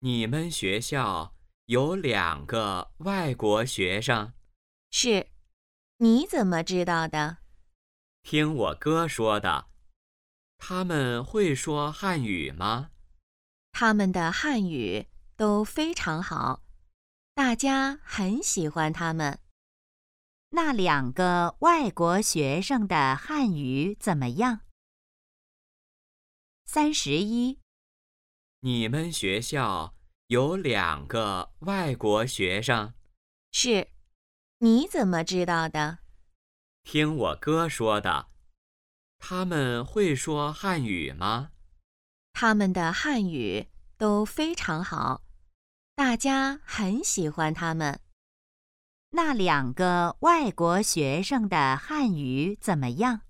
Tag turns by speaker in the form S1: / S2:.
S1: 你们学校有两个外国学生，
S2: 是，你怎么知道的？
S1: 听我哥说的。他们会说汉语吗？
S2: 他们的汉语都非常好，大家很喜欢他们。
S3: 那两个外国学生的汉语怎么样？三十一，
S1: 你们学校有两个外国学生，
S2: 是，你怎么知道的？
S1: 听我哥说的。他们会说汉语吗？
S2: 他们的汉语都非常好，大家很喜欢他们。
S3: 那两个外国学生的汉语怎么样？